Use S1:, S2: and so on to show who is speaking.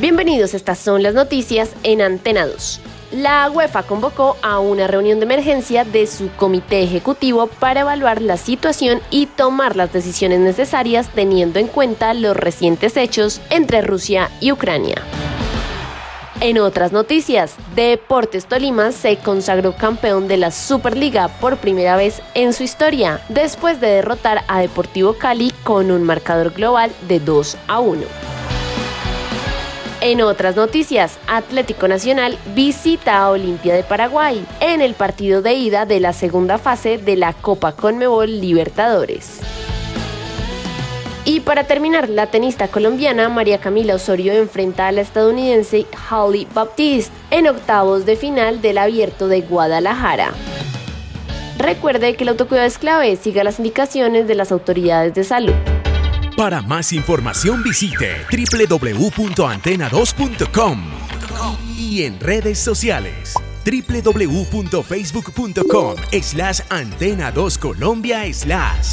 S1: Bienvenidos, estas son las noticias en Antena 2. La UEFA convocó a una reunión de emergencia de su comité ejecutivo para evaluar la situación y tomar las decisiones necesarias teniendo en cuenta los recientes hechos entre Rusia y Ucrania. En otras noticias, Deportes Tolima se consagró campeón de la Superliga por primera vez en su historia, después de derrotar a Deportivo Cali con un marcador global de 2 a 1. En otras noticias, Atlético Nacional visita a Olimpia de Paraguay en el partido de ida de la segunda fase de la Copa Conmebol Libertadores. Y para terminar, la tenista colombiana María Camila Osorio enfrenta a la estadounidense Holly Baptiste en octavos de final del Abierto de Guadalajara. Recuerde que el autocuidado es clave, siga las indicaciones de las autoridades de salud.
S2: Para más información visite www.antena2.com y en redes sociales www.facebook.com slash antena 2 Colombia slash.